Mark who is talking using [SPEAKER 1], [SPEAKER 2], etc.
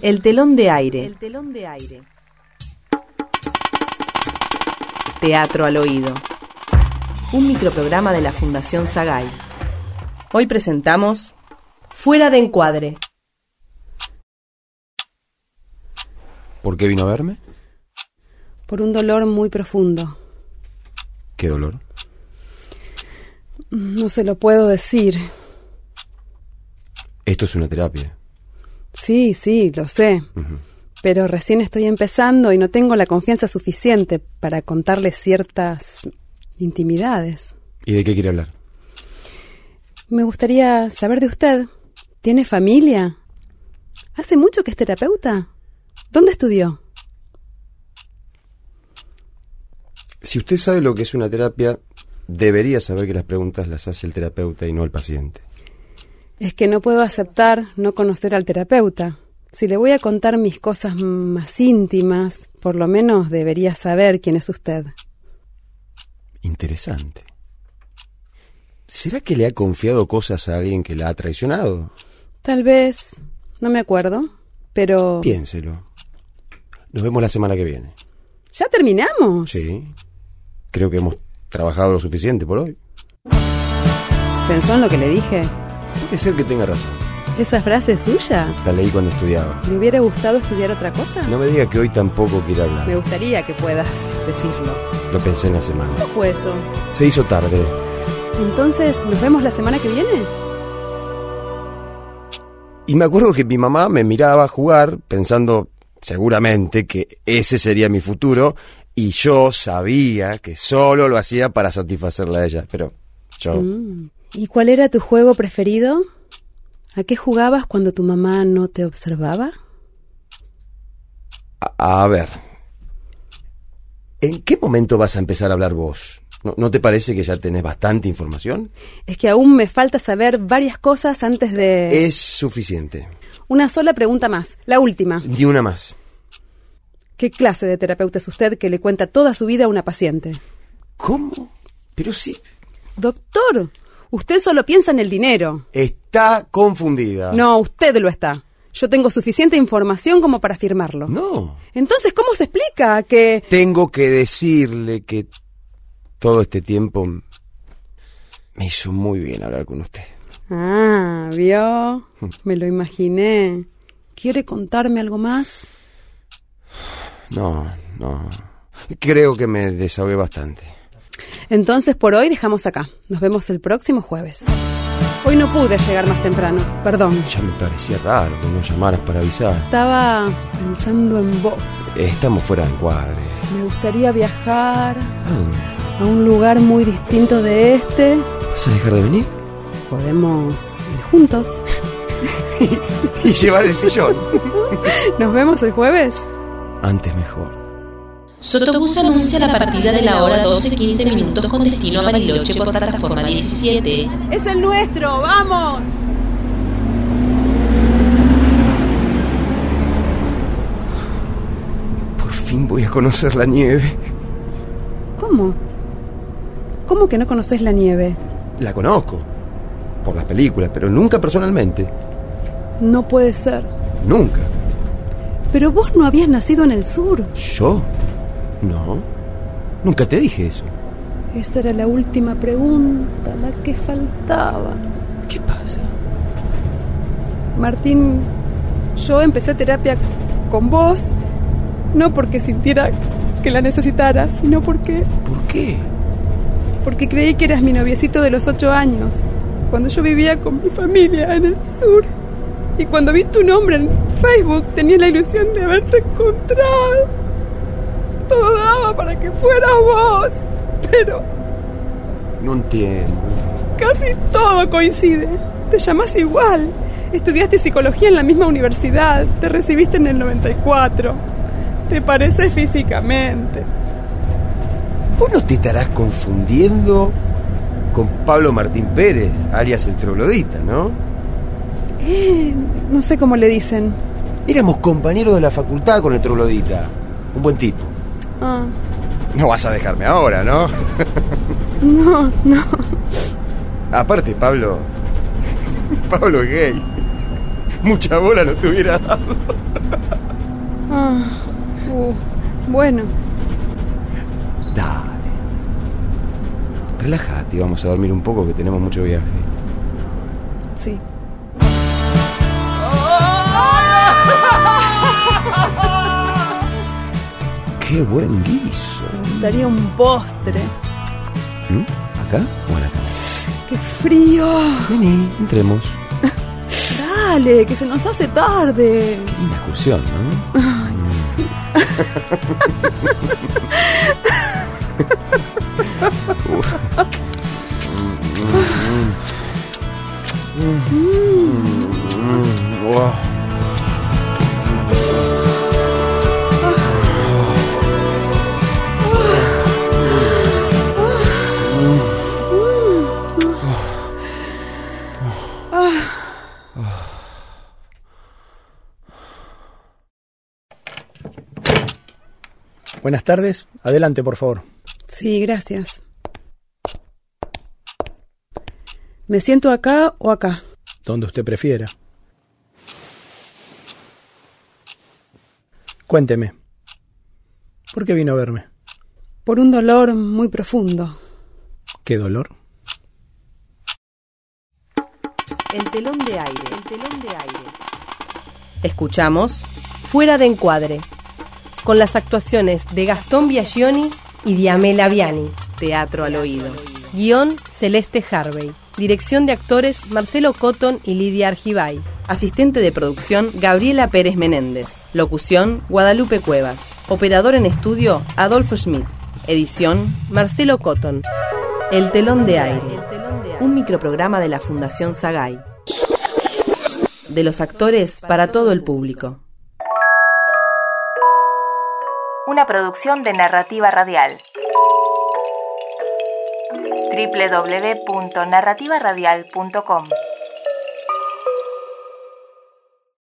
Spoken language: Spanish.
[SPEAKER 1] El telón de aire.
[SPEAKER 2] El telón de aire.
[SPEAKER 1] Teatro al oído. Un microprograma de la Fundación Sagay. Hoy presentamos Fuera de encuadre.
[SPEAKER 3] ¿Por qué vino a verme?
[SPEAKER 4] por un dolor muy profundo.
[SPEAKER 3] ¿Qué dolor?
[SPEAKER 4] No se lo puedo decir.
[SPEAKER 3] Esto es una terapia.
[SPEAKER 4] Sí, sí, lo sé.
[SPEAKER 3] Ujú.
[SPEAKER 4] Pero recién estoy empezando y no tengo la confianza suficiente para contarle ciertas intimidades.
[SPEAKER 3] ¿Y de qué quiere hablar?
[SPEAKER 4] Me gustaría saber de usted. ¿Tiene familia? ¿Hace mucho que es terapeuta? ¿Dónde estudió?
[SPEAKER 3] Si usted sabe lo que es una terapia, debería saber que las preguntas las hace el terapeuta y no el paciente.
[SPEAKER 4] Es que no puedo aceptar no conocer al terapeuta. Si le voy a contar mis cosas más íntimas, por lo menos debería saber quién es usted.
[SPEAKER 3] Interesante. ¿Será que le ha confiado cosas a alguien que la ha traicionado?
[SPEAKER 4] Tal vez, no me acuerdo, pero...
[SPEAKER 3] Piénselo. Nos vemos la semana que viene.
[SPEAKER 4] ¿Ya terminamos?
[SPEAKER 3] Sí. Creo que hemos trabajado lo suficiente por hoy.
[SPEAKER 4] ¿Pensó en lo que le dije?
[SPEAKER 3] Puede ser que tenga razón.
[SPEAKER 4] ¿Esa frase es suya?
[SPEAKER 3] La leí cuando estudiaba.
[SPEAKER 4] ¿Le hubiera gustado estudiar otra cosa?
[SPEAKER 3] No me diga que hoy tampoco quiere
[SPEAKER 4] Me
[SPEAKER 3] hablar.
[SPEAKER 4] gustaría que puedas decirlo.
[SPEAKER 3] Lo pensé en la semana.
[SPEAKER 4] ¿Cómo fue eso?
[SPEAKER 3] Se hizo tarde.
[SPEAKER 4] Entonces, ¿nos vemos la semana que viene?
[SPEAKER 3] Y me acuerdo que mi mamá me miraba jugar pensando seguramente que ese sería mi futuro y yo sabía que solo lo hacía para satisfacerla a ella, pero yo
[SPEAKER 4] Mm. ¿Y cuál era tu juego preferido? ¿A qué jugabas cuando tu mamá no te observaba?
[SPEAKER 3] a, a ver. ¿En qué momento vas a empezar a hablar vos? ¿No, no te parece que ya tenés bastante información?
[SPEAKER 4] Es que aún me falta saber varias cosas antes de...
[SPEAKER 3] Es suficiente.
[SPEAKER 4] Una sola pregunta más, la última.
[SPEAKER 3] Ni una más.
[SPEAKER 4] ¿Qué clase de terapeuta es usted que le cuenta toda su vida a una paciente?
[SPEAKER 3] ¿Cómo? Pero sí.
[SPEAKER 4] Doctor, usted solo piensa en el dinero.
[SPEAKER 3] Está confundida.
[SPEAKER 4] No, usted lo está. Yo tengo suficiente información como para afirmarlo.
[SPEAKER 3] No.
[SPEAKER 4] Entonces, ¿cómo se explica que...
[SPEAKER 3] Tengo que decirle que todo este tiempo me hizo muy bien hablar con usted.
[SPEAKER 4] Ah, vio. Me lo imaginé. ¿Quiere contarme algo más?
[SPEAKER 3] No, no. Creo que me desahogué bastante.
[SPEAKER 4] Entonces, por hoy dejamos acá. Nos vemos el próximo jueves. Hoy no pude llegar más temprano. Perdón.
[SPEAKER 3] Ya me parecía raro que no llamaras para avisar.
[SPEAKER 4] Estaba pensando en vos.
[SPEAKER 3] Estamos fuera de encuadre.
[SPEAKER 4] Me gustaría viajar
[SPEAKER 3] ¿A dónde?
[SPEAKER 4] a un lugar muy distinto de este.
[SPEAKER 3] ¿Vas a dejar de venir?
[SPEAKER 4] Podemos ir juntos.
[SPEAKER 3] Y llevar el sillón.
[SPEAKER 4] Nos vemos el jueves.
[SPEAKER 3] Antes mejor.
[SPEAKER 5] Sotobús anuncia la partida de la hora 12-15 minutos con destino a Bariloche por plataforma 17.
[SPEAKER 4] Es el nuestro, vamos.
[SPEAKER 3] Por fin voy a conocer la nieve.
[SPEAKER 4] ¿Cómo? ¿Cómo que no conoces la nieve?
[SPEAKER 3] La conozco. Por las películas, pero nunca personalmente.
[SPEAKER 4] No puede ser.
[SPEAKER 3] Nunca.
[SPEAKER 4] Pero vos no habías nacido en el sur.
[SPEAKER 3] ¿Yo? No. Nunca te dije eso.
[SPEAKER 4] Esta era la última pregunta, la que faltaba.
[SPEAKER 3] ¿Qué pasa?
[SPEAKER 4] Martín, yo empecé terapia con vos, no porque sintiera que la necesitaras, sino porque,
[SPEAKER 3] ¿Por qué?
[SPEAKER 4] porque creí que eras mi noviecito de los ocho años, cuando yo vivía con mi familia en el sur. Y cuando vi tu nombre en Facebook, tenía la ilusión de haberte encontrado. Todo daba para que fueras vos, pero
[SPEAKER 3] No entiendo.
[SPEAKER 4] Casi todo coincide. Te llamas igual. Estudiaste psicología en la misma universidad. Te recibiste en el 94. Te pareces físicamente.
[SPEAKER 3] ¿Vos no te estarás confundiendo con Pablo Martín Pérez, alias el troglodita, ¿no?
[SPEAKER 4] Eh, no sé cómo le dicen.
[SPEAKER 3] Éramos compañeros de la facultad con el troglodita. Un buen tipo.
[SPEAKER 4] Ah,
[SPEAKER 3] No vas a dejarme ahora, ¿no?
[SPEAKER 4] no, no.
[SPEAKER 3] Aparte, Pablo. Pablo es gay. Mucha bola no te hubiera dado.
[SPEAKER 4] Ah, uh, bueno,
[SPEAKER 3] Dale. Relájate, vamos a dormir un poco que tenemos mucho viaje.
[SPEAKER 4] sí.
[SPEAKER 3] ¡Qué buen guiso!
[SPEAKER 4] Me gustaría un postre.
[SPEAKER 3] ¿Mm? ¿Acá o en acá?
[SPEAKER 4] ¡Qué frío!
[SPEAKER 3] Vení, entremos.
[SPEAKER 4] Dale, que se nos hace tarde.
[SPEAKER 3] Qué linda excursión, ¿no? Mm, oh.
[SPEAKER 2] Buenas tardes, adelante por favor.
[SPEAKER 4] Sí, gracias. ¿Me siento acá o acá?
[SPEAKER 2] Donde usted prefiera. Cuénteme. ¿Por qué vino a verme?
[SPEAKER 4] Por un dolor muy profundo.
[SPEAKER 2] ¿Qué dolor?
[SPEAKER 1] El telón de aire, el telón de aire. Escuchamos Fuera de encuadre, con las actuaciones de Gastón Biagioni y Diamela Viani. Teatro al oído. Guión Celeste Harvey. Dirección de actores Marcelo Cotton y Lidia Argibay. Asistente de producción Gabriela Pérez Menéndez. Locución Guadalupe Cuevas. Operador en estudio Adolfo Schmidt. Edición Marcelo Cotton. El telón de aire. Un microprograma de la Fundación Sagay. De los actores para todo el público.
[SPEAKER 6] una producción de Narrativa Radial. www.narrativaradial.com